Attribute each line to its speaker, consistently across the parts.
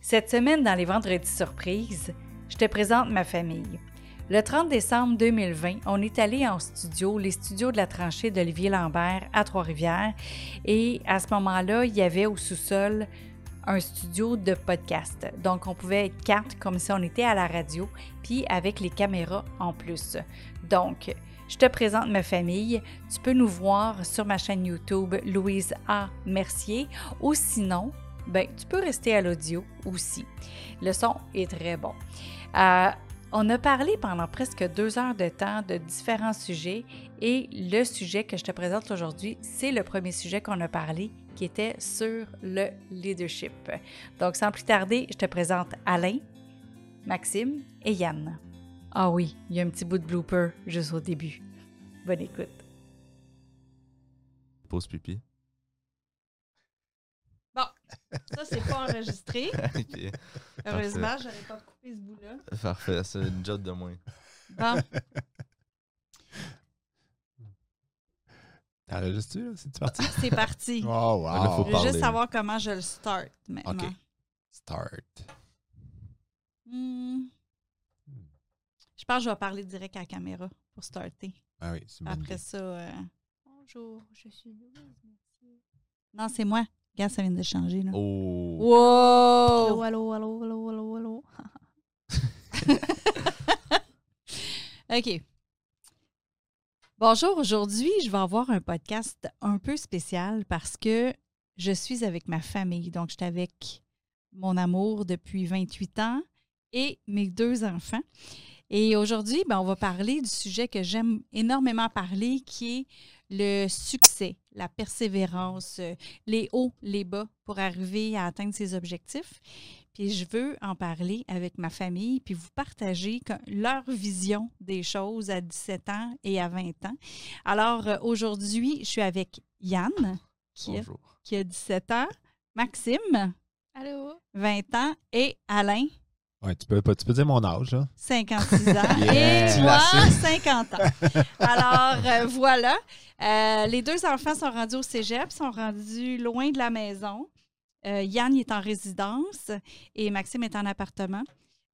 Speaker 1: Cette semaine, dans les vendredis surprises, je te présente ma famille. Le 30 décembre 2020, on est allé en studio, les studios de la tranchée d'Olivier Lambert à Trois-Rivières. Et à ce moment-là, il y avait au sous-sol un studio de podcast. Donc, on pouvait être quatre comme si on était à la radio, puis avec les caméras en plus. Donc, je te présente ma famille. Tu peux nous voir sur ma chaîne YouTube Louise A. Mercier ou sinon, ben, tu peux rester à l'audio aussi. Le son est très bon. Euh, on a parlé pendant presque deux heures de temps de différents sujets et le sujet que je te présente aujourd'hui, c'est le premier sujet qu'on a parlé qui était sur le leadership. Donc sans plus tarder, je te présente Alain, Maxime et Yann. Ah oui, il y a un petit bout de blooper juste au début. Bonne écoute.
Speaker 2: Pause pipi.
Speaker 3: Ça, c'est pas enregistré.
Speaker 2: Ok,
Speaker 3: Heureusement, j'aurais pas coupé ce bout-là.
Speaker 2: Parfait, c'est une job de moins.
Speaker 3: Bon,
Speaker 4: T'enregistres-tu, là? C'est-tu parti?
Speaker 3: c'est parti.
Speaker 4: Oh, wow!
Speaker 2: Là, faut
Speaker 3: Je
Speaker 2: Faut
Speaker 3: veux
Speaker 2: parler,
Speaker 3: juste
Speaker 2: là.
Speaker 3: savoir comment je le start maintenant.
Speaker 4: OK. Start.
Speaker 3: Hmm. Je pense que je vais parler direct à la caméra pour starter.
Speaker 4: Ah oui, c'est bon.
Speaker 3: Après ça, euh, bonjour, je suis Louise Mercier. Non, c'est moi. Regarde, ça vient de changer. Là.
Speaker 2: Oh!
Speaker 3: Wow!
Speaker 5: Allô, allô, allô, allô, allô, allô.
Speaker 3: OK. Bonjour, aujourd'hui, je vais avoir un podcast un peu spécial parce que je suis avec ma famille. Donc, je suis avec mon amour depuis 28 ans et mes deux enfants. Et aujourd'hui, ben, on va parler du sujet que j'aime énormément parler, qui est le succès, la persévérance, euh, les hauts, les bas pour arriver à atteindre ses objectifs. Puis je veux en parler avec ma famille, puis vous partager co- leur vision des choses à 17 ans et à 20 ans. Alors euh, aujourd'hui, je suis avec Yann, qui a,
Speaker 2: Bonjour.
Speaker 3: qui a 17 ans, Maxime, 20 ans, et Alain,
Speaker 4: Ouais, tu, peux, pas- tu peux dire mon âge, hein. là.
Speaker 3: 56 ans.
Speaker 4: Yeah.
Speaker 3: Et
Speaker 4: Petit
Speaker 3: moi,
Speaker 4: lacet.
Speaker 3: 50 ans. Alors, euh, voilà. Euh, les deux enfants sont rendus au cégep, sont rendus loin de la maison. Euh, Yann est en résidence et Maxime est en appartement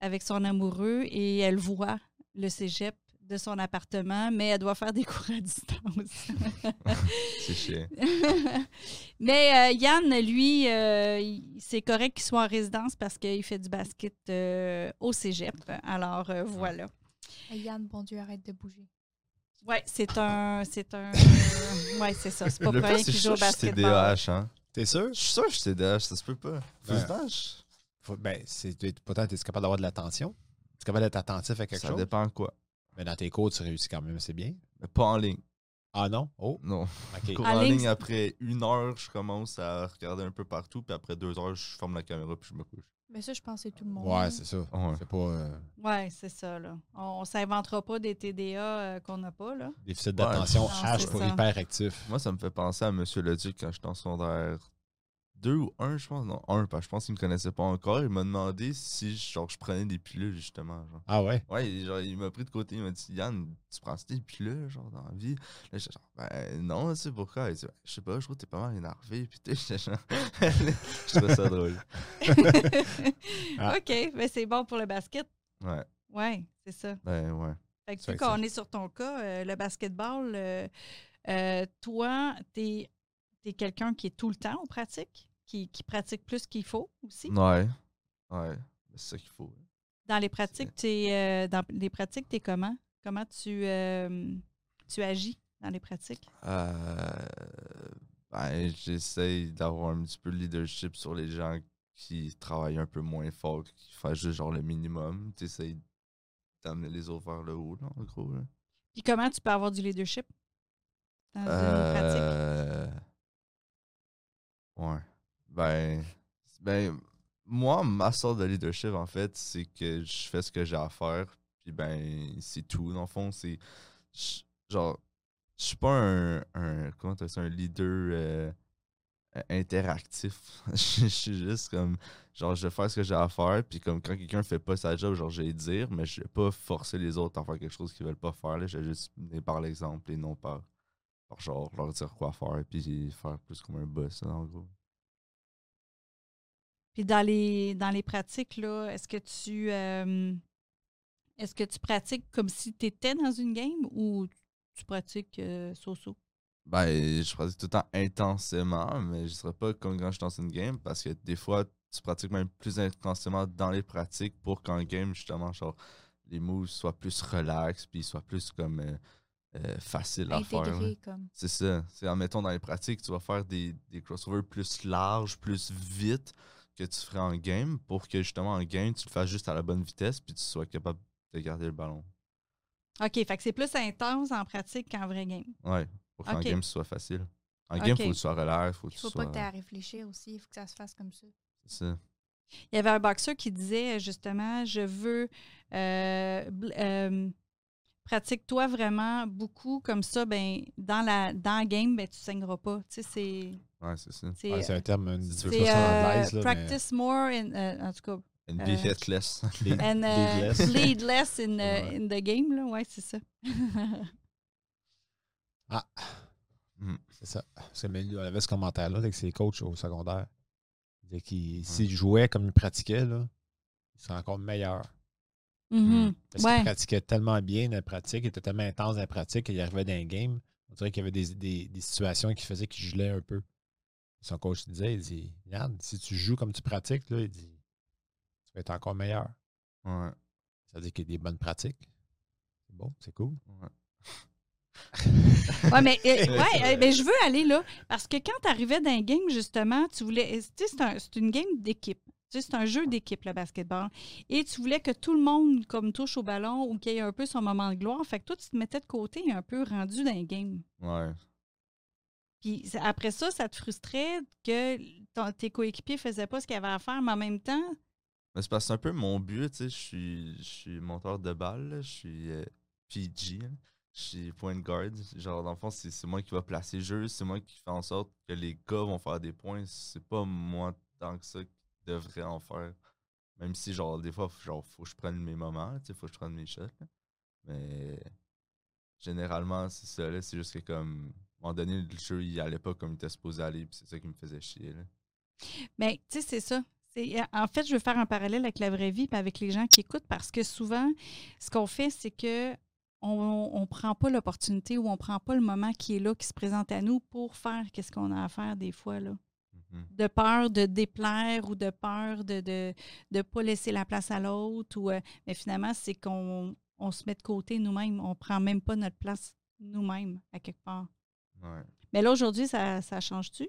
Speaker 3: avec son amoureux et elle voit le cégep de son appartement, mais elle doit faire des cours à distance.
Speaker 2: C'est chiant.
Speaker 3: Mais euh, Yann, lui, euh, il- c'est correct qu'il soit en résidence parce qu'il fait du basket euh, au cégep. Alors, euh, voilà.
Speaker 5: Hey, Yann, bon Dieu, arrête de bouger.
Speaker 3: Oui, c'est un. C'est un. ouais, c'est ça. C'est pas
Speaker 2: Le
Speaker 3: pour
Speaker 2: pire,
Speaker 3: rien
Speaker 2: c'est que
Speaker 3: qu'il
Speaker 2: je suis
Speaker 3: joue au
Speaker 2: sûr que je suis
Speaker 3: basketball.
Speaker 2: TDAH, hein?
Speaker 4: T'es sûr?
Speaker 2: Je suis sûr que je suis TDAH, ça se peut pas. Faut
Speaker 4: Ouais.
Speaker 2: se tâche.
Speaker 4: Faut- ben, c'est, t'es- pourtant, t'es capable d'avoir de l'attention. T'es capable d'être attentif à quelque
Speaker 2: Ça
Speaker 4: chose.
Speaker 2: dépend quoi.
Speaker 4: Mais dans tes cours, tu réussis quand même, c'est bien.
Speaker 2: Mais pas en ligne.
Speaker 4: Ah non? Oh,
Speaker 2: Non.
Speaker 4: OK.
Speaker 2: Cours
Speaker 3: En
Speaker 2: en
Speaker 3: ligne,
Speaker 2: ligne,
Speaker 3: c'est-
Speaker 2: après une heure, je commence à regarder un peu partout, puis après deux heures, je ferme la caméra, puis je me couche.
Speaker 5: Mais ça, je pense que c'est tout le monde. hein.
Speaker 4: Ouais, c'est ça.
Speaker 2: Ouais.
Speaker 4: C'est pas euh,
Speaker 3: Oui, c'est ça. Là. On ne s'inventera pas des TDA euh, qu'on n'a pas. Là.
Speaker 4: déficit d'attention Ah,
Speaker 3: Non,
Speaker 4: H
Speaker 3: c'est
Speaker 4: pour
Speaker 3: ça.
Speaker 4: hyperactif.
Speaker 2: Moi, ça me fait penser à Monsieur Leduc quand j'étais en secondaire 2 ou 1, je pense. Non, 1, parce que je pense qu'il me connaissait pas encore. Il m'a demandé si genre, je prenais des pilules, justement. Genre.
Speaker 4: Ah ouais?
Speaker 2: Ouais, il- genre, il m'a pris de côté, il m'a dit Yann, tu prends des pilules, genre, dans la vie Là, j'étais genre, ben non, tu sais pourquoi Il dit, Ben, je sais pas, je trouve que t'es pas mal énervé, puis tu sais, j'étais genre, je trouvais ça drôle.
Speaker 4: Ah.
Speaker 3: OK, mais c'est bon pour le basket.
Speaker 2: Ouais,
Speaker 3: Oui, c'est ça.
Speaker 2: ben ouais.
Speaker 3: Fait que
Speaker 4: C'est
Speaker 3: vu
Speaker 4: vrai que
Speaker 3: qu'on est sur ton cas, euh, le basketball, euh, euh, toi, tu es, quelqu'un qui est tout le temps en pratique, qui, qui pratique plus qu'il faut aussi.
Speaker 2: Ouais, ouais, ben, c'est ça qu'il faut.
Speaker 3: Dans les pratiques, tu es, dans les pratiques, t'es comment? Comment tu, euh, tu agis dans les pratiques?
Speaker 2: Euh, ben, j'essaye d'avoir un petit peu de leadership sur les gens qui travaillent un peu moins fort, qui font juste genre le minimum. T'essayes d'amener les autres vers le haut, là, en gros. Là.
Speaker 3: Puis comment tu peux avoir du leadership dans une pratique?
Speaker 2: Euh, Ouais. Ben, ben, moi, ma sorte de leadership, en fait, c'est que je fais ce que j'ai à faire. Puis ben, c'est tout, dans le fond. C'est. je- Genre, je suis pas un. un- comment t'as ça, un leader euh, euh, interactif. Je je suis juste comme. Genre, je vais faire ce que j'ai à faire. Puis comme quand quelqu'un fait pas sa job, genre, je vais dire, mais je vais pas forcer les autres à faire quelque chose qu'ils veulent pas faire. Là. Je vais juste mener par l'exemple et non par par genre leur dire quoi faire puis faire plus comme un boss là, en gros.
Speaker 3: Puis dans les, dans les pratiques, là, est-ce que tu euh, est-ce que tu pratiques comme si tu étais dans une game ou tu pratiques euh, so-so?
Speaker 2: Ben, je pratique tout le temps intensément, mais je serais pas comme quand je suis dans une game parce que des fois, tu pratiques même plus intensément dans les pratiques pour qu'en game, justement, genre, les moves soient plus relax puis soient plus comme euh, euh, faciles à faire. là.
Speaker 5: Intégré comme.
Speaker 2: C'est ça. C'est en mettant dans les pratiques, tu vas faire des, des crossovers plus larges, plus vite que tu ferais en game pour que justement en game, tu le fasses juste à la bonne vitesse puis tu sois capable de garder le ballon.
Speaker 3: OK, fait que c'est plus intense en pratique qu'en vrai game.
Speaker 2: Ouais, pour qu'en
Speaker 3: Ok.
Speaker 2: game, ce soit facile. En game,
Speaker 3: Ok.
Speaker 2: faut que tu sois relax, faut que
Speaker 5: Il
Speaker 2: tu
Speaker 5: faut
Speaker 2: sois.
Speaker 5: pas que
Speaker 4: hein.
Speaker 5: tu aies à réfléchir aussi, il faut que ça se fasse comme ça.
Speaker 2: c'est ça.
Speaker 3: Il y avait un boxeur qui disait euh, justement Je veux euh, bl- euh, pratique-toi vraiment beaucoup comme ça, ben dans la dans le game, ben, tu ne saigneras pas. Tu sais, c'est.
Speaker 2: Ouais, c'est ça.
Speaker 3: c'est-
Speaker 4: Ouais, c'est un terme, une
Speaker 2: C'est,
Speaker 4: version
Speaker 3: c'est, euh,
Speaker 4: anglaise. Là, mais
Speaker 3: practice more in, euh, en tout cas
Speaker 2: And
Speaker 3: Euh,
Speaker 2: be hitless.
Speaker 4: les-
Speaker 3: and
Speaker 4: Bleed
Speaker 3: euh,
Speaker 4: less.
Speaker 3: bleed less in, euh,
Speaker 2: Ouais.
Speaker 3: in the game là ouais c'est ça Mhm.
Speaker 4: Ah.
Speaker 2: Mm.
Speaker 4: C'est ça. Parce que Mélanie, on avait ce commentaire-là avec ses coachs au secondaire. Il disait qu'ils- S'ils jouaient comme ils pratiquaient, là, ils seraient encore meilleurs.
Speaker 3: Mhm.
Speaker 4: Parce
Speaker 3: Ouais.
Speaker 4: qu'ils pratiquaient tellement bien la pratique, ils étaient tellement intenses dans la pratique qu'ils arrivaient dans les games. On dirait qu'il y avait des, des- des situations qui faisaient qu'ils gelaient un peu. Son coach disait, il dit, Yann, si tu joues comme tu pratiques, là, il dit, tu vas être encore meilleur.
Speaker 2: ouais.
Speaker 4: Ça veut dire qu'il y a des bonnes pratiques. C'est bon, c'est cool.
Speaker 2: ouais.
Speaker 3: Ouais, mais euh, ouais,
Speaker 4: vrai.
Speaker 3: euh, ben, je veux aller là. Parce que quand tu arrivais dans un game, justement, tu voulais. euh, Tu sais, c'est un- c'est une game d'équipe. Tu sais, c'est un jeu d'équipe, le basketball. Et tu voulais que tout le monde, comme touche au ballon ou qu'il y ait un peu son moment de gloire. Fait que toi, tu te mettais de côté un peu rendu dans un game.
Speaker 2: Ouais.
Speaker 3: Puis ça- après ça, ça te frustrait que ton- tes coéquipiers faisaient pas ce qu'ils avaient à faire, mais en même temps,
Speaker 2: Mais c'est parce que c'est un peu mon but, tu sais. Je suis, je suis monteur de balle, là, je suis euh, PG, là. je suis point guard. Genre, dans le fond, c'est c'est moi qui va placer le jeu, c'est moi qui fait en sorte que les gars vont faire des points. C'est pas moi tant que ça qui devrait en faire. Même si, genre, des fois, genre, faut que je prenne mes moments, tu sais, faut que je prenne mes shots. là. Mais généralement, c'est ça, là. C'est juste que, comme, à un moment donné, le jeu, il allait pas comme il était supposé aller, puis c'est ça qui me faisait chier, là.
Speaker 3: Mais tu sais, c'est ça. C'est- euh, En fait, je veux faire un parallèle avec la vraie vie et avec les gens qui écoutent parce que souvent, ce qu'on fait, c'est que on ne prend pas l'opportunité ou on prend pas le moment qui est là, qui se présente à nous pour faire qu'est-ce qu'on a à faire des fois. Là.
Speaker 2: Mhm.
Speaker 3: De peur de déplaire ou de peur de ne de, de pas laisser la place à l'autre. ou euh, mais finalement, c'est qu'on on se met de côté nous-mêmes. On prend même pas notre place nous-mêmes à quelque part.
Speaker 2: Ouais.
Speaker 3: Mais là, aujourd'hui, ça, ça change-tu?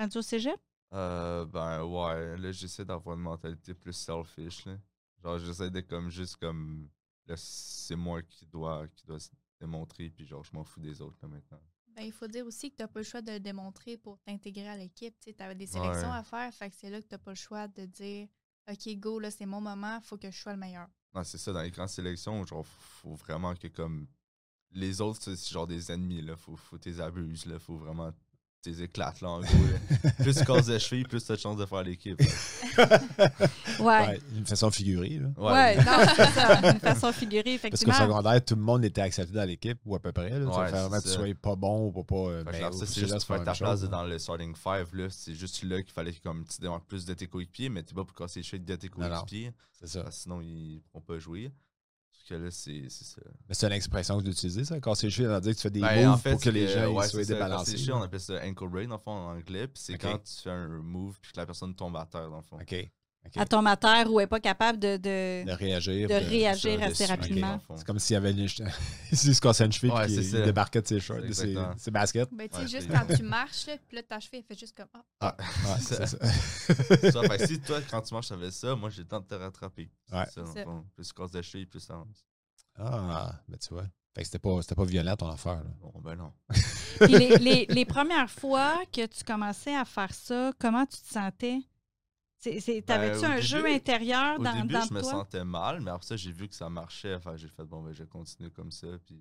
Speaker 3: Rendu au cégep?
Speaker 2: Euh, ben ouais, là j'essaie d'avoir une mentalité plus selfish là. Genre j'essaie de comme juste comme là c'est moi qui dois qui dois se démontrer puis genre je m'en fous des autres là maintenant.
Speaker 5: Ben, il faut dire aussi que tu n'as pas le choix de le démontrer pour t'intégrer à l'équipe. Tu avais des sélections
Speaker 2: Ouais.
Speaker 5: à faire, fait que c'est là que tu n'as pas le choix de dire OK, go, là, c'est mon moment, faut que je sois le meilleur.
Speaker 2: Non, c'est ça dans les grandes sélections, genre faut vraiment que comme les autres c'est c'est genre des ennemis là, faut faut tes abuses là, faut vraiment tes éclates là en gros là. Plus tu causes de cheville, plus t'as de chances de faire l'équipe. là.
Speaker 4: Ouais, D'une façon figurée. là.
Speaker 3: Ouais, non, c'est ça, d'une façon figurée,
Speaker 4: Parce qu'au
Speaker 3: effectivement.
Speaker 4: secondaire, tout le monde était accepté dans l'équipe, ou à peu près. Là, Tu
Speaker 2: Ouais,
Speaker 4: vas faire
Speaker 2: c'est
Speaker 4: vraiment que tu
Speaker 2: ça.
Speaker 4: sois pas bon ou pas. pas euh,
Speaker 2: Fait que
Speaker 4: ben,
Speaker 2: là,
Speaker 4: au
Speaker 2: ça, c'est
Speaker 4: sujet,
Speaker 2: juste
Speaker 4: c'est pas
Speaker 2: faire
Speaker 4: la
Speaker 2: ta
Speaker 4: même
Speaker 2: place
Speaker 4: chose, hein.
Speaker 2: dans le starting five. là. C'est juste là qu'il fallait que comme, tu démarques plus de tes coéquipiers, mais t'es pas pour casser les chutes de tes
Speaker 4: Non, non.
Speaker 2: coéquipiers.
Speaker 4: C'est ça.
Speaker 2: parce que Sinon, ils pourront pas jouer. Parce que là, c'est c'est ça.
Speaker 4: Mais c'est une expression que hein, d'utiliser, ça. Quand c'est juste, on dit que tu fais des
Speaker 2: Ben,
Speaker 4: moves
Speaker 2: en fait,
Speaker 4: pour que
Speaker 2: c'est
Speaker 4: les gens ils
Speaker 2: ouais,
Speaker 4: soient
Speaker 2: c'est ça. Quand c'est
Speaker 4: débalancés.
Speaker 2: chill, on appelle ça ankle brain, dans le fond, en anglais. Puis c'est
Speaker 4: Ok.
Speaker 2: quand tu fais un move, puis que la personne tombe à terre, dans le fond.
Speaker 4: OK. OK.
Speaker 3: Elle tombe à terre ou elle n'est pas capable de, de,
Speaker 4: De réagir.
Speaker 3: de
Speaker 4: de-
Speaker 3: réagir
Speaker 2: Ça, de
Speaker 3: assez
Speaker 2: suivre, dans
Speaker 3: rapidement.
Speaker 2: le fond.
Speaker 4: C'est comme s'il y avait une. S'il se cassait une cheville
Speaker 2: Ouais,
Speaker 4: puis
Speaker 2: c'est
Speaker 4: il
Speaker 2: ça.
Speaker 4: débarquait de ses shorts, de ses,
Speaker 2: Exactement.
Speaker 4: ses baskets.
Speaker 5: Ben, tu sais,
Speaker 2: Ouais,
Speaker 5: juste
Speaker 2: c'est-
Speaker 5: quand tu marches, là, puis là, ta cheville, elle fait juste comme Ah,
Speaker 4: Ouais,
Speaker 2: C'est ça.
Speaker 4: c'est ça.
Speaker 2: Ça, fait que si toi, quand tu marches, avec ça, moi, j'ai le temps de te rattraper. C'est
Speaker 4: Ouais.
Speaker 2: ça, dans le
Speaker 5: C'est-
Speaker 2: fond. Plus tu casses de cheville, plus ça avance.
Speaker 4: Ah, ben tu vois. Fait que c'était pas, c'était pas violent ton affaire. là.
Speaker 2: Bon, ben non.
Speaker 3: Puis les, les- les premières fois que tu commençais à faire ça, comment tu te sentais? C'est- c'est- T'avais-tu
Speaker 2: Ben, au
Speaker 3: un jeu
Speaker 2: début-
Speaker 3: intérieur
Speaker 2: Au
Speaker 3: dans,
Speaker 2: début,
Speaker 3: dans
Speaker 2: je me
Speaker 3: toi?
Speaker 2: sentais mal, mais après ça, j'ai vu que ça marchait. Enfin, j'ai fait, bon, ben, je vais continuer comme ça. Puis,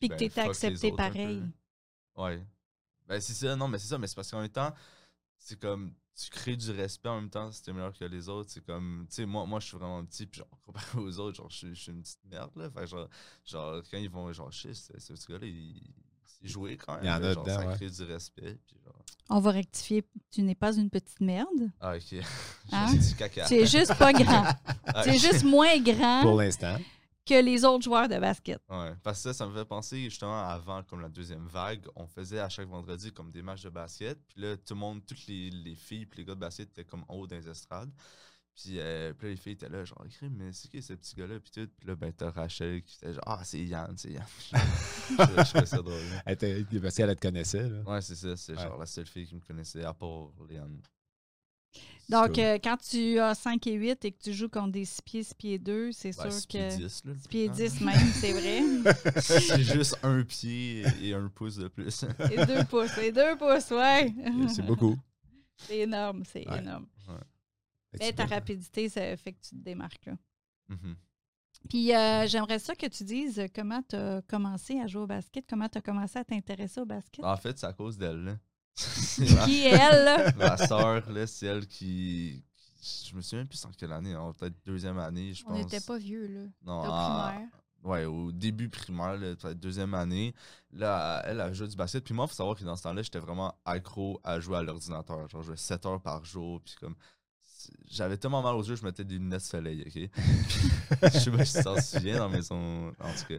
Speaker 3: Puis que
Speaker 2: ben,
Speaker 3: t'étais
Speaker 2: fuck les
Speaker 3: accepté
Speaker 2: autres un peu,
Speaker 3: pareil.
Speaker 2: là. Ouais. Ben, c'est ça, non, mais c'est ça, mais c'est parce qu'en même temps, c'est comme, tu crées du respect en même temps si t'es meilleur que les autres. C'est comme, tu sais, moi, moi, je suis vraiment petit, puis genre, comparé aux autres, genre, je, suis- je suis une petite merde, là. Fait que genre, genre, quand ils vont, genre, shit, ce, ce petit gars-là, il- jouer quand même.
Speaker 4: Il y en
Speaker 2: là,
Speaker 4: a
Speaker 2: genre,
Speaker 4: dedans,
Speaker 2: ça
Speaker 4: ouais.
Speaker 2: crée du respect. Puis genre,
Speaker 3: On va rectifier. Tu n'es pas une petite merde.
Speaker 2: ah, ok. J'ai
Speaker 3: Hein?
Speaker 2: dit caca.
Speaker 3: Tu es juste pas grand.
Speaker 2: Ah,
Speaker 3: tu es
Speaker 2: ok.
Speaker 3: juste moins
Speaker 4: Pour
Speaker 3: grand
Speaker 4: l'instant.
Speaker 3: que les autres joueurs de basket.
Speaker 2: Ouais, parce que ça, ça me fait penser justement avant, comme la deuxième vague, on faisait à chaque vendredi comme des matchs de basket. Puis là, tout le monde, toutes les, les filles puis les gars de basket étaient comme en haut dans les estrades. Puis, euh, puis là, les filles étaient là, genre, Crime, mais c'est qui ce petit gars-là? Puis tout. Puis là, ben, t'as Rachel qui était genre, ah, c'est Yann, c'est Yann. je, je trouvais ça drôle. là.
Speaker 4: Elle était- parce qu'elle elle te connaissait. Là.
Speaker 2: Ouais, c'est ça, c'est
Speaker 4: Ouais.
Speaker 2: genre la seule fille qui me connaissait à part Yann.
Speaker 3: Donc,
Speaker 4: C'est
Speaker 3: euh, quand tu as 5 et 8 et que tu joues contre des 6 pieds, 6 pieds 2, c'est
Speaker 2: Ben,
Speaker 3: sûr
Speaker 2: six
Speaker 3: que.
Speaker 2: pieds 10, là. le
Speaker 3: 6 pieds
Speaker 2: plus
Speaker 3: 10
Speaker 2: grand, là.
Speaker 3: même, c'est vrai.
Speaker 2: C'est juste un pied et un pouce de plus.
Speaker 3: Et 2 pouces. Et 2 pouces, ouais.
Speaker 4: cool. C'est beaucoup.
Speaker 3: C'est énorme, c'est
Speaker 4: Ouais.
Speaker 3: énorme. Mais
Speaker 4: C'est
Speaker 3: ta
Speaker 4: bon.
Speaker 3: rapidité, ça fait que tu te démarques. Là.
Speaker 2: Mhm.
Speaker 3: Puis euh, j'aimerais ça que tu dises comment tu as commencé à jouer au basket, comment tu as commencé à t'intéresser au basket.
Speaker 2: En fait, c'est à cause d'elle, là. Ah.
Speaker 3: Qui est elle, là?
Speaker 2: Ma soeur, là, c'est elle qui. Je me souviens plus c'est en quelle année, hein, peut-être deuxième année, je
Speaker 5: On
Speaker 2: pense. Ah,
Speaker 5: n'était pas vieux, là.
Speaker 2: Non,
Speaker 5: Au
Speaker 2: en-
Speaker 5: primaire.
Speaker 2: ouais, au début primaire, là, peut-être deuxième année. Là, elle a joué du basket. Puis moi, faut savoir que dans ce temps-là, j'étais vraiment accro à jouer à l'ordinateur. Genre, je jouais 7 heures par jour. Puis comme. c'est- J'avais tellement mal aux yeux, je mettais des lunettes de soleil, ok? je sais pas si t'en souviens dans la maison. En tout cas.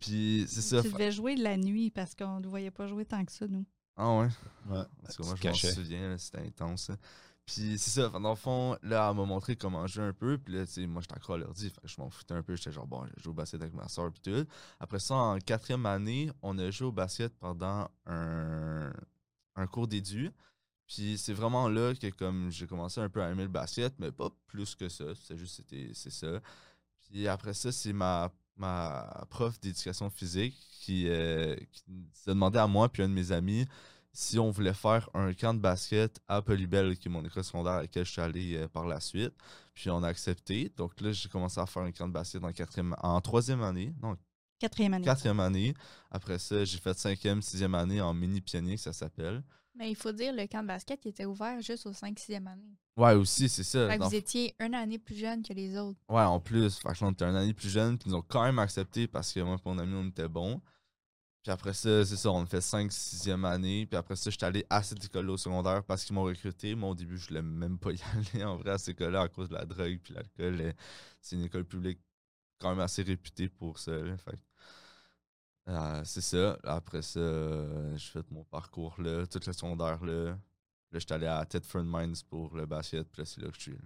Speaker 2: Puis c'est ça.
Speaker 3: Tu devais jouer la nuit parce qu'on ne voyait pas jouer tant que ça, nous.
Speaker 2: Ah ouais.
Speaker 4: Ouais.
Speaker 2: En tout
Speaker 4: Tu
Speaker 2: cas, moi, je
Speaker 4: te
Speaker 2: m'en
Speaker 4: cachais.
Speaker 2: souviens, là, c'était intense. là. Puis c'est ça, fait, dans le fond, là, elle m'a montré comment jouer un peu. Puis là, tu sais, moi, j'étais accro à l'ordi. Fait que je m'en foutais un peu. J'étais genre, bon, je joue au basket avec ma soeur, puis tout. Après ça, en quatrième année, on a joué au basket pendant un, un cours d'édu. Puis c'est vraiment là que comme j'ai commencé un peu à aimer le basket, mais pas plus que ça. C'est juste, c'était, c'est ça. Puis après ça, c'est ma, ma prof d'éducation physique qui, euh, qui s'est demandé à moi puis à un de mes amis si on voulait faire un camp de basket à Polybelle, qui est mon école secondaire à laquelle je suis allé euh, par la suite. Puis on a accepté. Donc là, j'ai commencé à faire un camp de basket en, quatrième, en troisième année. Non,
Speaker 3: Quatrième année.
Speaker 2: quatrième année. Après ça, j'ai fait cinquième, sixième année en mini pionnier, que ça s'appelle.
Speaker 5: Mais il faut dire, le camp de basket, il était ouvert juste aux 5-6e année.
Speaker 2: Ouais, aussi, c'est ça.
Speaker 5: Fait que
Speaker 2: Dans-
Speaker 5: vous étiez une année plus jeune que les autres.
Speaker 2: Ouais, en plus, fait que là, on était un année plus jeune, puis ils nous ont quand même accepté parce que moi et mon ami, on était bons. Puis après ça, c'est ça, on a fait 5 6e année. Puis après ça, j'étais allé à cette école-là au secondaire parce qu'ils m'ont recruté. Moi, au début, je voulais même pas y aller en vrai à cette école-là à cause de la drogue puis l'alcool. Euh, C'est une école publique quand même assez réputée pour ça. là. Fait que, euh, c'est ça. Après ça, euh, j'ai fait mon parcours là, tout le secondaire là. Là, j'étais allé à Tedford Mines pour le basket. Puis là, c'est là que je suis. là.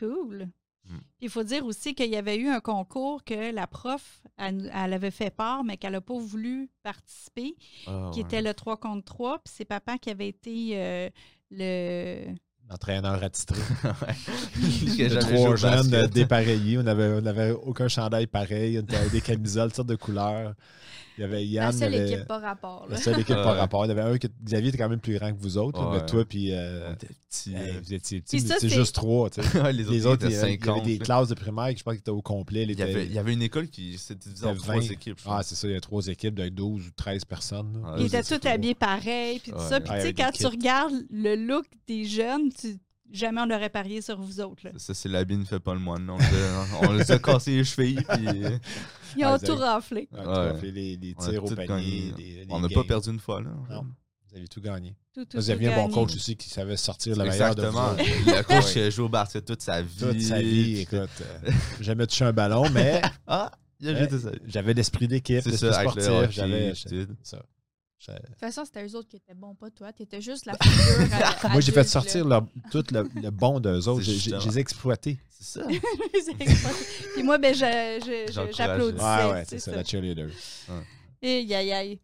Speaker 3: Cool.
Speaker 2: Mm.
Speaker 3: Il faut dire aussi qu'il y avait eu un concours que la prof, elle, nous- elle avait fait part, mais qu'elle n'a pas voulu participer,
Speaker 2: Ah
Speaker 3: qui était le 3 contre 3. Puis c'est papa qui avait été euh, le.
Speaker 4: Entraîneur attitré.
Speaker 2: ouais.
Speaker 4: De
Speaker 2: jamais
Speaker 4: trois
Speaker 2: joué au
Speaker 4: jeunes
Speaker 2: basket.
Speaker 4: euh, dépareillés. On n'avait on avait aucun chandail pareil. On avait des camisoles, toutes sortes de couleurs. Il y avait Yann.
Speaker 5: La seule
Speaker 4: il y avait-
Speaker 5: équipe par rapport,
Speaker 4: La
Speaker 5: là.
Speaker 4: seule équipe par
Speaker 2: Ouais.
Speaker 4: rapport. Il y avait un que Xavier était quand même plus grand que vous autres. là,
Speaker 2: Ouais.
Speaker 4: Mais toi, puis. euh,
Speaker 2: On était petits,
Speaker 4: hey,
Speaker 2: euh,
Speaker 4: vous étiez petits,
Speaker 3: Puis
Speaker 4: mais
Speaker 3: ça,
Speaker 4: c'est
Speaker 3: c'est-
Speaker 4: juste trois. tu sais.
Speaker 2: ouais, les,
Speaker 4: euh, Les autres,
Speaker 2: étaient
Speaker 4: il y avait, il y avait
Speaker 2: 50,
Speaker 4: des
Speaker 2: là.
Speaker 4: classes de primaire qui, je pense, qui étaient au complet. elles
Speaker 2: Il y, avait,
Speaker 4: étaient-
Speaker 2: il y avait une école qui s'était divisée en
Speaker 4: C'était
Speaker 2: trois
Speaker 4: 20.
Speaker 2: équipes. je
Speaker 4: Ah,
Speaker 2: pense.
Speaker 4: c'est ça, il y a trois équipes de 12 ou 13 personnes. là.
Speaker 2: Ouais,
Speaker 3: Ils
Speaker 2: vous
Speaker 3: étaient
Speaker 2: étiez
Speaker 3: tous
Speaker 2: trois.
Speaker 3: habillés pareil, puis tout
Speaker 2: Ouais.
Speaker 3: ça. Puis
Speaker 4: Ouais,
Speaker 3: tu sais,
Speaker 4: avec des
Speaker 3: quand
Speaker 4: kits.
Speaker 3: tu regardes le look des jeunes, tu- jamais on aurait parié sur vous autres. là.
Speaker 2: Ça, c'est l'habit ne fait pas le moine. On, les a- on les a cassé les chevilles. Puis, euh,
Speaker 3: Ils
Speaker 4: Ouais,
Speaker 3: ont
Speaker 4: vous
Speaker 3: tout
Speaker 4: avez-
Speaker 3: raflé.
Speaker 4: Ouais, tu vois,
Speaker 2: Ouais.
Speaker 4: fait les, les
Speaker 2: On a
Speaker 4: tirs au
Speaker 2: tout
Speaker 4: panier.
Speaker 2: gagné.
Speaker 4: les- les
Speaker 2: on n'a pas
Speaker 4: games.
Speaker 2: perdu une fois. Là.
Speaker 4: Non. Vous avez tout gagné.
Speaker 3: Tout, tout,
Speaker 4: Vous
Speaker 3: tout
Speaker 4: aviez un bon
Speaker 3: gagné.
Speaker 4: coach aussi qui savait sortir le meilleur de vous.
Speaker 2: Exactement.
Speaker 4: autres.
Speaker 2: Le coach qui a joué au basket toute sa vie.
Speaker 4: Toute sa vie, écoute. euh, j'ai jamais touché un ballon, mais
Speaker 2: Ah, il a joué toute sa vie.
Speaker 4: j'avais l'esprit d'équipe,
Speaker 2: C'est
Speaker 4: l'esprit
Speaker 2: ça, avec le
Speaker 4: sportif. J'avais.
Speaker 2: hockey, puis tout.
Speaker 4: ça. euh, J'ai-
Speaker 5: De toute façon, c'était eux autres qui étaient bons, pas toi. T'étais juste la figure. à-
Speaker 4: Moi, j'ai fait
Speaker 5: adulte,
Speaker 4: sortir
Speaker 5: là.
Speaker 4: leur- tout le, le bon d'eux autres.
Speaker 2: C'est
Speaker 4: J'ai- j'ai-
Speaker 2: justement.
Speaker 4: Je les ai exploités.
Speaker 2: C'est ça.
Speaker 3: C'est extraordinaire. Puis moi, ben, je- je- je-
Speaker 2: J'encourageais.
Speaker 3: j'applaudissais.
Speaker 4: Ouais, ouais,
Speaker 3: tu
Speaker 4: c'est
Speaker 3: sais,
Speaker 4: ça, la cheerleader.
Speaker 3: Aïe, aïe, aïe.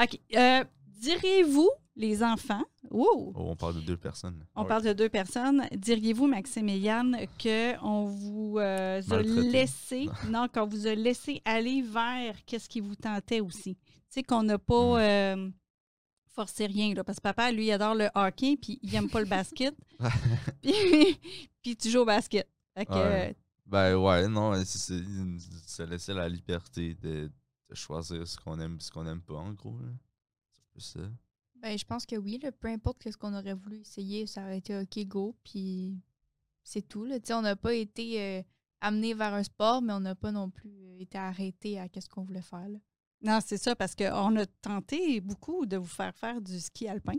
Speaker 3: OK. euh, Diriez-vous, les enfants, wow,
Speaker 2: Oh, on parle de deux personnes.
Speaker 3: on
Speaker 4: Ouais.
Speaker 3: parle de deux personnes, diriez-vous, Maxime et Yann, qu'on vous euh, a
Speaker 2: Maltraité.
Speaker 3: laissé, non, qu'on vous a laissé aller vers qu'est-ce qui vous tentait aussi? Tu sais, qu'on n'a
Speaker 4: Hmm.
Speaker 3: pas euh, forcé rien, là, parce que papa, lui, il adore le hockey, puis il n'aime pas le basket. puis, puis tu joues au basket. Fait que,
Speaker 2: Ouais.
Speaker 3: euh,
Speaker 2: Ben ouais, non, c'est- c'est se laisser la liberté de, de choisir ce qu'on aime et ce qu'on aime pas, en gros. là. C'est un peu ça.
Speaker 5: Ben, je pense que oui, là, peu importe que ce qu'on aurait voulu essayer, ça aurait été OK, go, puis c'est tout. Là. Tu sais, On n'a pas euh, été amené vers un sport, mais on n'a pas non plus euh, été arrêté à quest ce qu'on voulait faire. là.
Speaker 3: Non, c'est ça, parce qu'on a tenté beaucoup de vous faire faire du ski alpin.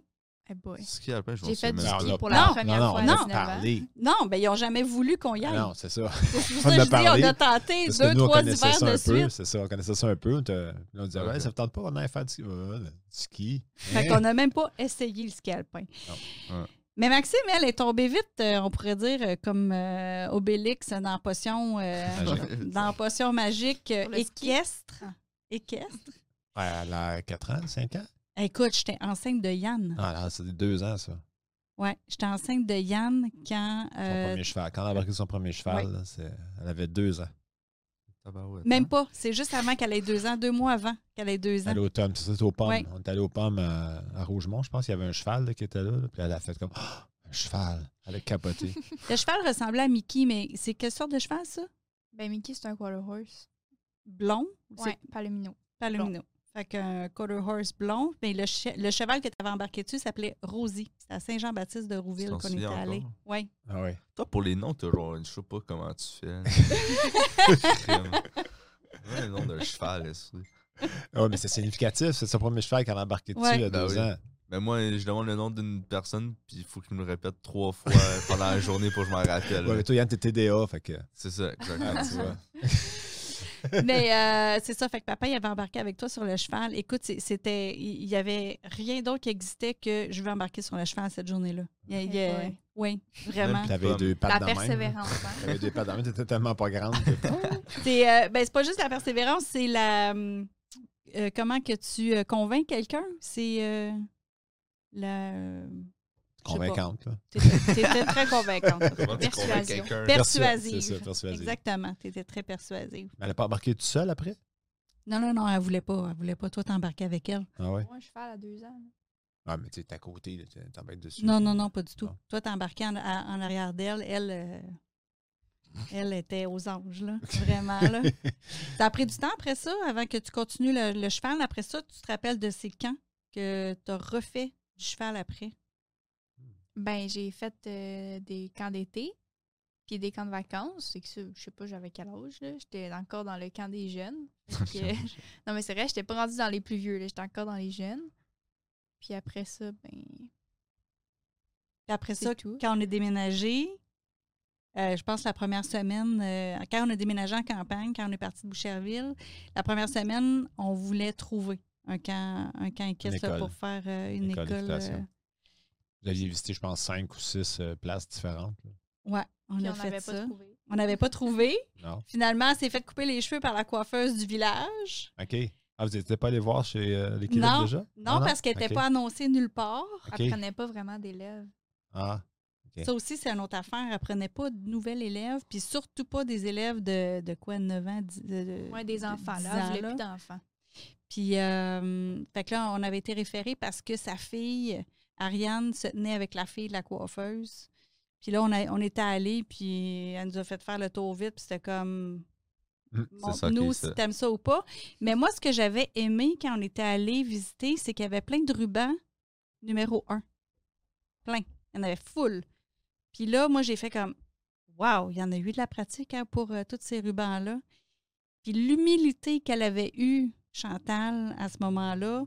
Speaker 5: Eh boy.
Speaker 2: Ski alpin, je m'en
Speaker 5: J'ai fait
Speaker 2: souviens
Speaker 5: du
Speaker 2: même
Speaker 4: Alors
Speaker 5: ski
Speaker 4: là,
Speaker 5: pour
Speaker 3: non,
Speaker 5: la
Speaker 3: non,
Speaker 5: première
Speaker 4: non, on
Speaker 5: fois. à
Speaker 4: a
Speaker 5: 19 ans.
Speaker 4: parlé.
Speaker 3: Non, ben ils n'ont jamais voulu qu'on y aille.
Speaker 4: Ah Non, c'est ça.
Speaker 3: C'est pour ça
Speaker 4: On
Speaker 3: que
Speaker 4: a
Speaker 3: je dis,
Speaker 4: parlé,
Speaker 3: on a tenté
Speaker 4: Parce
Speaker 3: deux,
Speaker 4: que nous, on
Speaker 3: trois
Speaker 4: connaissait
Speaker 3: hivers
Speaker 4: ça
Speaker 3: de
Speaker 4: un peu.
Speaker 3: suite.
Speaker 4: C'est ça, on connaissait ça un peu. on te- Là, on disait,
Speaker 2: Ok.
Speaker 4: ouais, ça ne tente pas, on allait faire du ski. Ouais, du ski.
Speaker 3: Fait
Speaker 4: Hein?
Speaker 3: qu'on n'a même pas essayé le ski alpin.
Speaker 2: Non. Ouais.
Speaker 3: Mais Maxime, elle est tombée vite, euh, on pourrait dire, euh, comme euh, Obélix dans la potion, euh,
Speaker 4: Magique.
Speaker 3: dans la potion magique euh,
Speaker 5: Sur le ski. Ah.
Speaker 3: équestre. Équestre.
Speaker 4: Ouais, elle a 4 ans, 5 ans. Ah,
Speaker 3: Écoute, j'étais enceinte de Yann.
Speaker 4: Non, là, c'est 2 ans, ça.
Speaker 3: Ouais, j'étais enceinte de Yann quand.
Speaker 4: Son
Speaker 3: euh,
Speaker 4: premier cheval. Quand elle a embarqué son premier cheval, là, c'est- elle avait 2 ans.
Speaker 2: Tabarouette,
Speaker 3: même
Speaker 2: hein?
Speaker 3: pas. C'est juste avant qu'elle ait deux ans, deux mois avant qu'elle ait deux
Speaker 4: À
Speaker 3: ans.
Speaker 4: l'automne, c'est ça, c'est aux pommes.
Speaker 3: Hein? Ouais.
Speaker 4: On est allé aux pommes à, à Rougemont, je pense. Il y avait un cheval là, qui était là, là, Puis elle a fait comme Ah, un cheval. Elle a capoté.
Speaker 3: Le cheval ressemblait à Mickey, mais c'est quelle sorte de cheval, ça?
Speaker 5: Ben, Mickey, c'est un quarter horse.
Speaker 3: Blond? ou
Speaker 5: Ouais, palomino.
Speaker 3: C'est palomino. Fait qu'un quarter horse blond. Mais le, che- le cheval que tu avais embarqué dessus s'appelait Rosie. C'était à Saint-Jean-Baptiste de Rouville
Speaker 2: Tu t'en
Speaker 3: qu'on était
Speaker 2: souviens
Speaker 3: allé.
Speaker 2: encore?
Speaker 3: Oui.
Speaker 4: ah ouais.
Speaker 2: Toi, pour les noms, t'as genre, je sais pas comment tu fais. Crime. Ouais, le nom d'un cheval, est-ce que-
Speaker 4: Ouais, Ah, mais c'est significatif. C'est son premier cheval qu'elle a embarqué dessus
Speaker 3: Ouais.
Speaker 4: il y a
Speaker 2: Ben
Speaker 4: 2
Speaker 2: oui.
Speaker 4: ans.
Speaker 2: Mais moi, je demande le nom d'une personne, puis il faut qu'il me le répète trois fois pendant la journée pour que je m'en rappelle.
Speaker 4: Ouais, mais toi, Yann, t'es TDA, fait que.
Speaker 2: C'est ça, exactement.
Speaker 4: ah, tu vois.
Speaker 3: Mais euh, c'est ça, fait que papa, il avait embarqué avec toi sur le cheval. Écoute, c'est- c'était. Il n'y avait rien d'autre qui existait que je veux embarquer sur le cheval cette journée-là. Il y a- il y a-
Speaker 5: Ouais.
Speaker 3: oui, vraiment.
Speaker 2: Même
Speaker 4: Puis T'avais
Speaker 2: Pomme.
Speaker 4: deux pattes
Speaker 5: La
Speaker 4: de même.
Speaker 5: persévérance. hein.
Speaker 4: T'avais deux pattes de même. T'étais tellement pas grande. que-
Speaker 3: C'est euh, ben, c'est pas juste la persévérance, c'est la. hum, euh, comment que tu euh, convaincs quelqu'un? C'est euh, la. je sais pas.
Speaker 4: Convaincante, là.
Speaker 3: T'étais t'étais très convaincante.
Speaker 2: Comment tu
Speaker 5: Persuasion.
Speaker 2: convaincs quelqu'un?
Speaker 3: Persuasive.
Speaker 4: C'est ça, persuasive.
Speaker 3: Exactement. Tu étais très persuasive.
Speaker 4: Mais elle n'a pas embarqué toute seule après?
Speaker 3: Non, non, non, elle voulait pas. Elle voulait pas toi t'embarquer avec elle.
Speaker 4: Ah ouais?
Speaker 5: Moi, un cheval à deux ans.
Speaker 4: Ah, mais tu es à côté, là, t'es- t'embarques dessus.
Speaker 3: Non, non, non, pas du tout.
Speaker 4: Non.
Speaker 3: Toi, t'embarquais en, à- en arrière d'elle. Elle, euh, elle était aux anges, là. Vraiment, là. T'as pris du temps après ça, avant que tu continues le, le cheval. Après ça, tu te rappelles de ces camps que t'as refait du cheval après.
Speaker 5: Ben, j'ai fait euh, des camps d'été, puis des camps de vacances. C'est que ça, je sais pas, j'avais quel âge, là. J'étais encore dans le camp des jeunes. Fait que- euh, non, mais c'est vrai, j'étais pas rendue dans les plus vieux, là. J'étais encore dans les jeunes. Puis après ça, ben,
Speaker 3: Puis après
Speaker 5: C'est
Speaker 3: ça,
Speaker 5: tout.
Speaker 3: quand on est déménagé, euh, je pense la première semaine, euh, quand on a déménagé en campagne, quand on est parti de Boucherville, la première semaine, on voulait trouver un camp, un camp équestre là,
Speaker 4: école.
Speaker 3: pour faire euh, une
Speaker 4: École
Speaker 3: école.
Speaker 4: d'équitation. Vous aviez visité, je pense, cinq ou six euh, places différentes. là.
Speaker 3: euh, ouais, on
Speaker 5: puis
Speaker 3: a
Speaker 5: on
Speaker 3: fait
Speaker 5: n'avait
Speaker 3: ça.
Speaker 5: pas trouvé.
Speaker 3: On n'avait pas trouvé.
Speaker 4: Non?
Speaker 3: Finalement, elle s'est fait couper les cheveux par la coiffeuse du village.
Speaker 4: OK. Ah, vous n'étiez pas allé voir chez euh, l'équipe
Speaker 3: Non.
Speaker 4: déjà?
Speaker 3: Non, parce qu'elle n'était
Speaker 4: OK.
Speaker 3: pas annoncée nulle part.
Speaker 5: On
Speaker 4: OK.
Speaker 5: prenait pas vraiment d'élèves.
Speaker 4: Ah, OK.
Speaker 3: Ça aussi, c'est une autre affaire. Elle prenait pas de nouvelles élèves, puis surtout pas des élèves de, de quoi, 9 ans, 10, de-
Speaker 4: Euh,
Speaker 3: de-
Speaker 5: Moins des
Speaker 3: de
Speaker 5: enfants,
Speaker 3: 10
Speaker 5: là.
Speaker 3: ans,
Speaker 5: Je
Speaker 3: là.
Speaker 5: voulais plus d'enfants.
Speaker 3: Puis, euh, fait que là, on avait été référés parce que sa fille, Ariane, se tenait avec la fille de la coiffeuse. Puis là, on, a- on était allés, puis elle nous a fait faire le tour vite, puis c'était comme,
Speaker 2: Hum, C'est ça qui
Speaker 3: montre-nous
Speaker 2: est
Speaker 3: si
Speaker 2: ça.
Speaker 3: t'aimes ça ou pas. Mais moi, ce que j'avais aimé quand on était allés visiter, c'est qu'il y avait plein de rubans numéro un. Plein. Il y en avait full. Puis là, moi, j'ai fait comme, wow, il y en a eu de la pratique hein, pour euh, tous ces rubans-là. Puis l'humilité qu'elle avait eue, Chantal, à ce moment-là,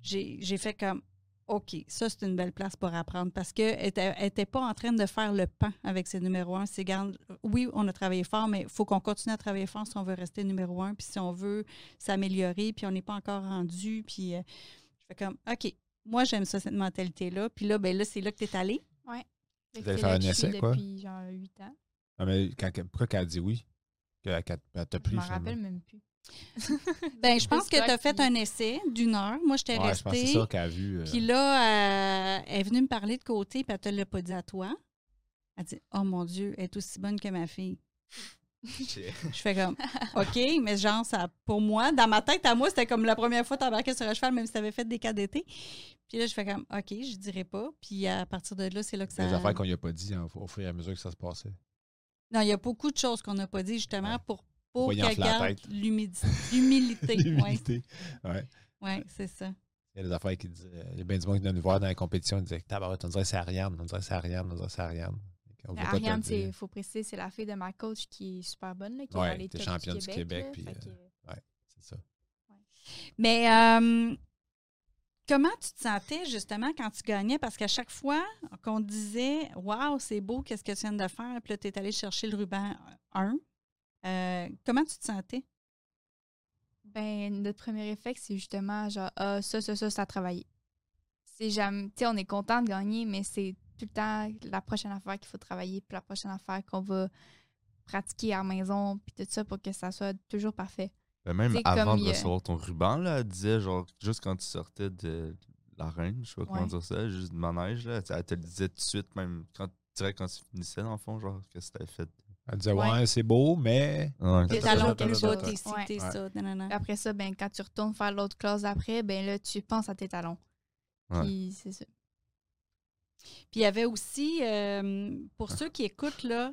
Speaker 3: j'ai j'ai fait comme, OK, ça, c'est une belle place pour apprendre parce qu'elle n'était pas en train de faire le pan avec ses numéros 1. C'est, garde, oui, on a travaillé fort, mais il faut qu'on continue à travailler fort si on veut rester numéro 1, puis si on veut s'améliorer, puis on n'est pas encore rendu. Puis euh, je fais comme, OK, moi, j'aime ça, cette mentalité-là. Puis là, ben là, c'est là que tu es allé.
Speaker 5: Fait
Speaker 4: Vous
Speaker 5: que
Speaker 4: allez
Speaker 5: c'est
Speaker 4: faire
Speaker 5: là
Speaker 4: un
Speaker 5: que je
Speaker 4: essai,
Speaker 5: suis
Speaker 4: quoi?
Speaker 5: Depuis genre 8 ans.
Speaker 4: Ah, mais quand, que- pourquoi qu'elle a dit oui? Qu'elle qu'elle- elle t'a
Speaker 5: Je
Speaker 4: pris,
Speaker 5: m'en
Speaker 4: finalement?
Speaker 5: rappelle même plus.
Speaker 3: Ben, je pense que
Speaker 5: J'espère
Speaker 3: tu as fait
Speaker 5: qu'il-
Speaker 3: un essai d'une heure. Moi, j'étais
Speaker 4: Ouais, je pense que c'est
Speaker 3: restée.
Speaker 4: ça qu'elle a vu. euh,
Speaker 3: Puis là, euh, elle est venue me parler de côté, puis elle te l'a pas dit à toi. Elle dit Oh mon Dieu, elle est aussi bonne que ma fille. Je fais comme OK, mais genre, ça, pour moi, dans ma tête, à moi, c'était comme la première fois que t'embarquais sur un cheval, même si t'avais fait des cas d'été. Puis là, je fais comme OK, je dirais pas. Puis à partir de là, c'est là que ça.
Speaker 4: Des affaires qu'on lui a pas dit hein, au au fur et à mesure que ça se passait.
Speaker 3: Non, il y a beaucoup de choses qu'on n'a pas dit, justement,
Speaker 4: Ouais.
Speaker 3: pour, pour
Speaker 4: Voyant
Speaker 3: qu'elle
Speaker 4: la
Speaker 3: garde
Speaker 4: tête.
Speaker 3: l'humidité. L'humilité. oui,
Speaker 4: L'humilité. Ouais.
Speaker 3: ouais, c'est ça.
Speaker 4: Il y a des affaires qui disaient. Il y a bien du monde qui vient nous voir dans la compétition. Ils disaient Tabarouette, on dirait que c'est Ariane, on dirait que c'est Ariane, on dirait que c'est Ariane. On veut pas te le
Speaker 5: Ariane,
Speaker 4: dire.
Speaker 5: il faut préciser, c'est la fille de ma coach qui est super bonne, là, qui
Speaker 4: Ouais,
Speaker 5: est allée
Speaker 4: t'es
Speaker 5: top
Speaker 4: championne
Speaker 5: du
Speaker 4: du euh,
Speaker 5: Québec.
Speaker 4: Québec,
Speaker 5: là.
Speaker 4: puis,
Speaker 5: Fait que-
Speaker 4: C'est ça.
Speaker 3: Mais euh, comment tu te sentais justement quand tu gagnais? Parce qu'à chaque fois qu'on te disait Waouh, c'est beau, qu'est-ce que tu viens de faire? Puis là, tu es allé chercher le ruban 1. Euh, comment tu te sentais?
Speaker 5: Ben, notre premier réflexe, c'est justement genre, ah, ça, ça, ça, ça a travaillé. C'est jamais, tu sais, on est content de gagner, mais c'est tout le temps la prochaine affaire qu'il faut travailler, puis la prochaine affaire qu'on va pratiquer à la maison, puis tout ça pour que ça soit toujours parfait.
Speaker 2: Ben, même
Speaker 5: C'est comme euh,
Speaker 2: avant de
Speaker 5: il y a-
Speaker 2: recevoir ton ruban, là, elle disait, genre, juste quand tu sortais de l'arène, je sais pas comment
Speaker 5: Ouais.
Speaker 2: dire ça, juste du manège, là, elle te le disait tout de suite, même quand, direct quand tu finissais, dans le fond, genre, que c'était fait.
Speaker 4: Elle disait, ouais,
Speaker 5: Ouais.
Speaker 4: c'est beau, mais.
Speaker 2: Ouais,
Speaker 3: Tes
Speaker 4: T'es
Speaker 3: talons
Speaker 4: talons
Speaker 3: plus
Speaker 4: plus
Speaker 3: bas,
Speaker 4: bas,
Speaker 3: t'es ci,
Speaker 5: ouais.
Speaker 3: t'es ça. nanana.
Speaker 5: Puis Après ça, ben, quand tu retournes faire l'autre classe d'après, ben là, tu penses à tes talons.
Speaker 2: Ouais.
Speaker 5: Puis c'est ça.
Speaker 3: Puis il y avait aussi, euh, pour ceux qui écoutent, là,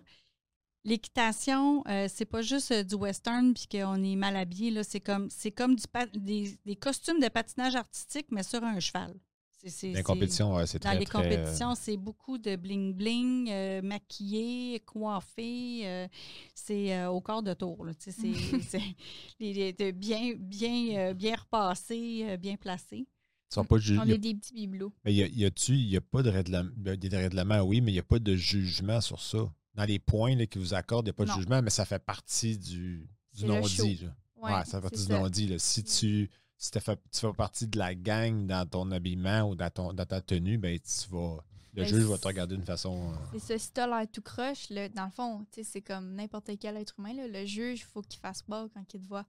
Speaker 3: l'équitation, euh, c'est pas juste euh, du western puis qu'on est mal habillé, là, c'est comme c'est comme du pa- des, des costumes de patinage artistique, mais sur un cheval. C'est- c'est-
Speaker 4: Dans
Speaker 3: c'est-
Speaker 4: les compétitions, ouais, c'est
Speaker 3: Dans
Speaker 4: très,
Speaker 3: les
Speaker 4: très, euh,
Speaker 3: compétitions, c'est beaucoup de bling-bling, euh, maquillé, coiffé. euh, c'est euh, au corps de tour. là, tu sais, C'est c'est- les- les- de bien, bien, euh, bien repassé, euh, bien placé.
Speaker 4: ils sont pas ju-
Speaker 5: On
Speaker 4: il y a-
Speaker 5: est des petits bibelots.
Speaker 4: Mais y a- y a-tu, il n'y a pas de règlement, il y a des règlements, oui, mais il n'y a pas de jugement sur ça. Dans les points là, qu'ils vous accordent, il n'y a pas de
Speaker 5: Non.
Speaker 4: jugement, mais ça fait partie du, du
Speaker 5: C'est le
Speaker 4: non-dit. là. Ouais, ça fait
Speaker 5: c'est
Speaker 4: partie du
Speaker 5: ça. Mm.
Speaker 4: non-dit. là. Si tu, si t'as fait- tu fais partie de la gang dans ton habillement ou dans, ton, dans ta tenue, ben, tu vas, le
Speaker 5: Ben,
Speaker 4: juge va te
Speaker 5: c'est-
Speaker 4: regarder d'une façon. euh,
Speaker 5: C'est ça, si t'as l'air tout croche, là, dans le fond, tu sais, c'est comme n'importe quel être humain. là, le juge, il faut qu'il fasse pas quand il te voit.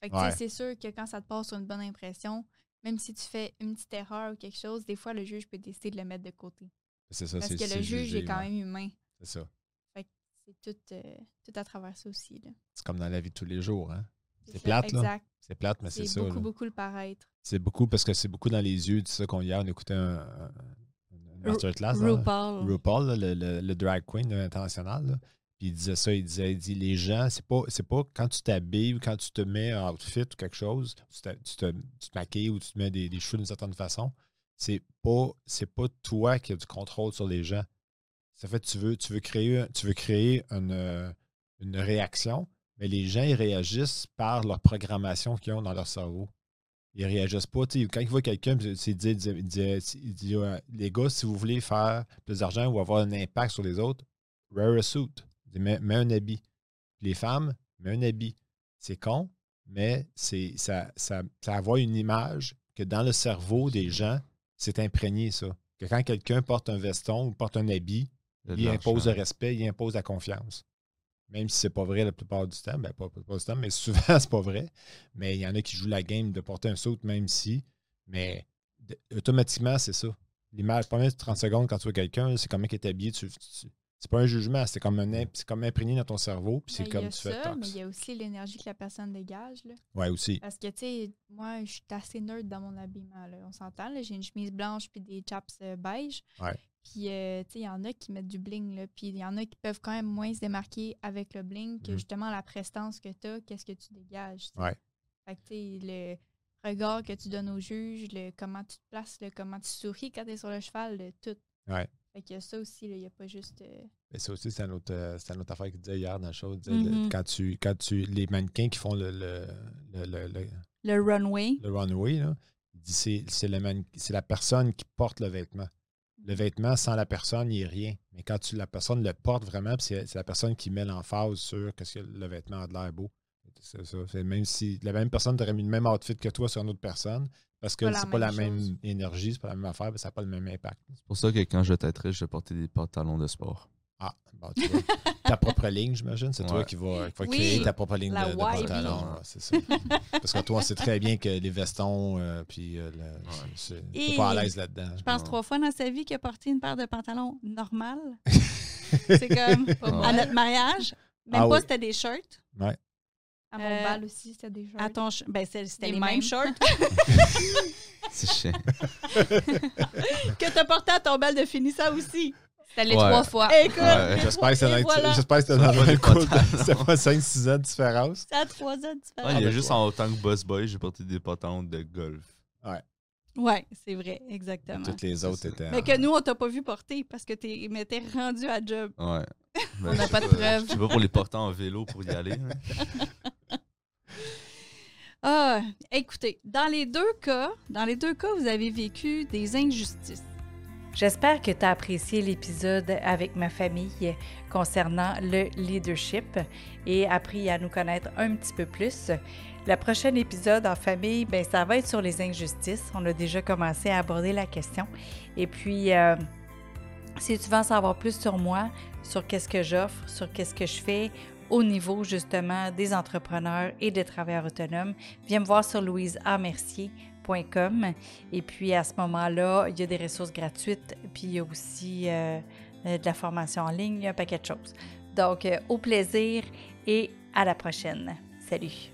Speaker 5: Fait que tu sais,
Speaker 4: Ouais.
Speaker 5: c'est sûr que quand ça te passe sur une bonne impression, même si tu fais une petite erreur ou quelque chose, des fois, le juge peut décider de le mettre de côté.
Speaker 4: c'est ça,
Speaker 5: Parce
Speaker 4: c'est-
Speaker 5: que
Speaker 4: c'est
Speaker 5: le juge
Speaker 4: jugé,
Speaker 5: est quand
Speaker 4: ouais.
Speaker 5: même humain.
Speaker 4: C'est ça.
Speaker 5: C'est tout, euh, tout à travers ça aussi. là.
Speaker 4: C'est comme dans la vie de tous les jours. Hein? C'est
Speaker 5: ça,
Speaker 4: plate, là.
Speaker 5: Exact.
Speaker 4: C'est plate, mais c'est
Speaker 5: C'est
Speaker 4: ça.
Speaker 5: beaucoup,
Speaker 4: là.
Speaker 5: beaucoup le paraître.
Speaker 4: C'est beaucoup parce que c'est beaucoup dans les yeux. C'est ça qu'on hier, on écoutait un, un- une masterclass. hein?
Speaker 3: RuPaul.
Speaker 4: RuPaul, là, le, le- le drag queen là, international, là. puis il disait ça, il disait, il dit, les gens, c'est pas, c'est pas quand tu t'habilles ou quand tu te mets en outfit ou quelque chose, tu, t'a- tu te, tu te maquilles ou tu te mets des, des cheveux d'une certaine façon, c'est pas, c'est pas toi qui as du contrôle sur les gens. Ça fait que tu veux, tu veux créer, tu veux créer une, euh, une réaction, mais les gens, ils réagissent par leur programmation qu'ils ont dans leur cerveau. Ils réagissent pas. tu sais, Quand ils voient quelqu'un, puis c'est- il dit, il dit- il dit- il dit, euh, les gars, si vous voulez faire plus d'argent ou avoir un impact sur les autres, wear a suit. Il dit, Mets, mets un habit. Les femmes, mets un habit. C'est con, mais c'est ça, ça, ça envoie une image que dans le cerveau des gens, c'est imprégné, ça. Que quand quelqu'un porte un veston ou porte un habit,
Speaker 2: il y a de
Speaker 4: il impose le
Speaker 2: l'argent.
Speaker 4: respect, il impose la confiance. Même si c'est pas vrai la plupart du temps, ben pas, pas- pas du temps, mais souvent c'est pas vrai. Mais il y en a qui jouent la game de porter un saut même si. Mais de- automatiquement, c'est ça. L'image, première 30 secondes quand tu vois quelqu'un, c'est comment il est habillé. Tu, tu- c'est pas un jugement, c'est comme, un, imp- c'est comme imprégné dans ton cerveau, puis c'est
Speaker 5: Ben, il y
Speaker 4: comme
Speaker 5: a
Speaker 4: tu fais
Speaker 5: ça, mais
Speaker 4: tox.
Speaker 5: il y a aussi l'énergie que la personne dégage. là.
Speaker 4: Ouais, aussi.
Speaker 5: Parce que, tu sais, moi, je suis assez neutre dans mon habillement. là. On s'entend, là, j'ai une chemise blanche puis des chaps euh, beige.
Speaker 4: Ouais.
Speaker 5: Puis, euh, tu sais, il y en a qui mettent du bling, là. Puis, il y en a qui peuvent quand même moins se démarquer avec le bling que
Speaker 4: Mhm.
Speaker 5: justement la prestance que tu as, qu'est-ce que tu dégages. tu sais.
Speaker 4: Ouais.
Speaker 5: Fait que, tu sais, le regard que tu donnes au juge, le comment tu te places, le comment tu souris quand tu es sur le cheval, le tout.
Speaker 4: Ouais.
Speaker 5: Fait que ça aussi, là, il n'y a pas juste. euh,
Speaker 4: Mais ça aussi, c'est une autre, euh, c'est une autre affaire qu'il disait hier dans le show. il disait,
Speaker 3: Mhm.
Speaker 5: Mmh
Speaker 4: le- quand, tu, quand tu. Les mannequins qui font le- le- le- le- le,
Speaker 3: Le runway.
Speaker 4: le runway, là, il dit c'est, c'est le man- c'est la personne qui porte le vêtement. Le vêtement, sans la personne, il n'est rien. Mais quand tu, la personne le porte vraiment, puis c'est, c'est la personne qui met l'emphase sur qu'est-ce que le vêtement a de l'air beau. C'est ça. Fait même si la même personne t'aurait mis le même outfit que toi sur une autre personne, parce que
Speaker 5: Pas la
Speaker 4: c'est pas la
Speaker 5: même chose.
Speaker 4: même énergie, c'est pas la même affaire, ben, ça n'a pas le même impact.
Speaker 2: C'est pour ça que quand je têterai, je vais porter des pantalons de sport.
Speaker 4: Ah, bon, tu vois. ta propre ligne, j'imagine. C'est toi
Speaker 2: Ouais.
Speaker 4: qui vas, qui vas
Speaker 3: Oui,
Speaker 4: créer ta propre ligne
Speaker 3: la
Speaker 4: de, de
Speaker 3: YB.
Speaker 4: pantalon. ouais, c'est ça. Parce que toi, on sait très bien que les vestons, euh, puis euh, le- c'est- c'est- t'es
Speaker 3: Et-
Speaker 4: pas à l'aise là-dedans.
Speaker 3: Je pense
Speaker 2: Non.
Speaker 3: trois fois dans sa vie qu'il a porté une paire de pantalons normales. C'est comme
Speaker 5: pas
Speaker 2: Ouais.
Speaker 3: à
Speaker 5: mal.
Speaker 3: notre mariage, même
Speaker 4: Ah
Speaker 3: pas
Speaker 4: oui.
Speaker 3: c'était des shirts.
Speaker 5: À mon
Speaker 3: Euh,
Speaker 5: bal aussi, c'était des
Speaker 3: À
Speaker 5: shorts.
Speaker 3: ton ch- ben c'est- c'était les,
Speaker 5: Les
Speaker 3: mêmes,
Speaker 5: mêmes.
Speaker 3: shirts
Speaker 2: C'est chiant.
Speaker 3: que t'as porté à ton bal de finissant aussi.
Speaker 5: C'était les
Speaker 2: Ouais.
Speaker 5: trois fois.
Speaker 3: Écoute,
Speaker 2: Ouais.
Speaker 4: J'espère que c'est
Speaker 3: Et
Speaker 4: dans, le-
Speaker 3: voilà.
Speaker 4: j'espère que c'est
Speaker 2: C'est
Speaker 4: dans le
Speaker 2: pas des
Speaker 4: même couple.
Speaker 2: pantalons.
Speaker 4: C'est pas 5-6 ans de différence.
Speaker 3: ça a trois ans de différence.
Speaker 2: Ouais, il y
Speaker 4: ben,
Speaker 2: a juste en autant que Boss Boy, j'ai porté des pantalons de golf.
Speaker 3: Ouais, c'est vrai, exactement.
Speaker 4: Toutes les autres
Speaker 2: ça.
Speaker 4: étaient.
Speaker 3: Mais que nous, on t'a pas vu porter parce que t'es m'étais rendu à job.
Speaker 2: Ouais.
Speaker 5: On n'a pas de
Speaker 2: preuve.
Speaker 5: preuves.
Speaker 2: Je sais pas pour les porter en vélo pour y aller. hein.
Speaker 3: Ah, écoutez, dans les deux cas, dans les deux cas, vous avez vécu des injustices.
Speaker 1: J'espère que tu as apprécié l'épisode avec ma famille concernant le leadership et appris à nous connaître un petit peu plus. Le prochain épisode en famille, ben, ça va être sur les injustices. On a déjà commencé à aborder la question. Et puis, euh, si tu veux en savoir plus sur moi, sur qu'est-ce que j'offre, sur qu'est-ce que je fais au niveau justement des entrepreneurs et des travailleurs autonomes, viens me voir sur louiseamercier.com. Et puis à ce moment-là, il y a des ressources gratuites, puis il y a aussi euh, de la formation en ligne, il y a un paquet de choses. Donc, euh, au plaisir et à la prochaine. Salut!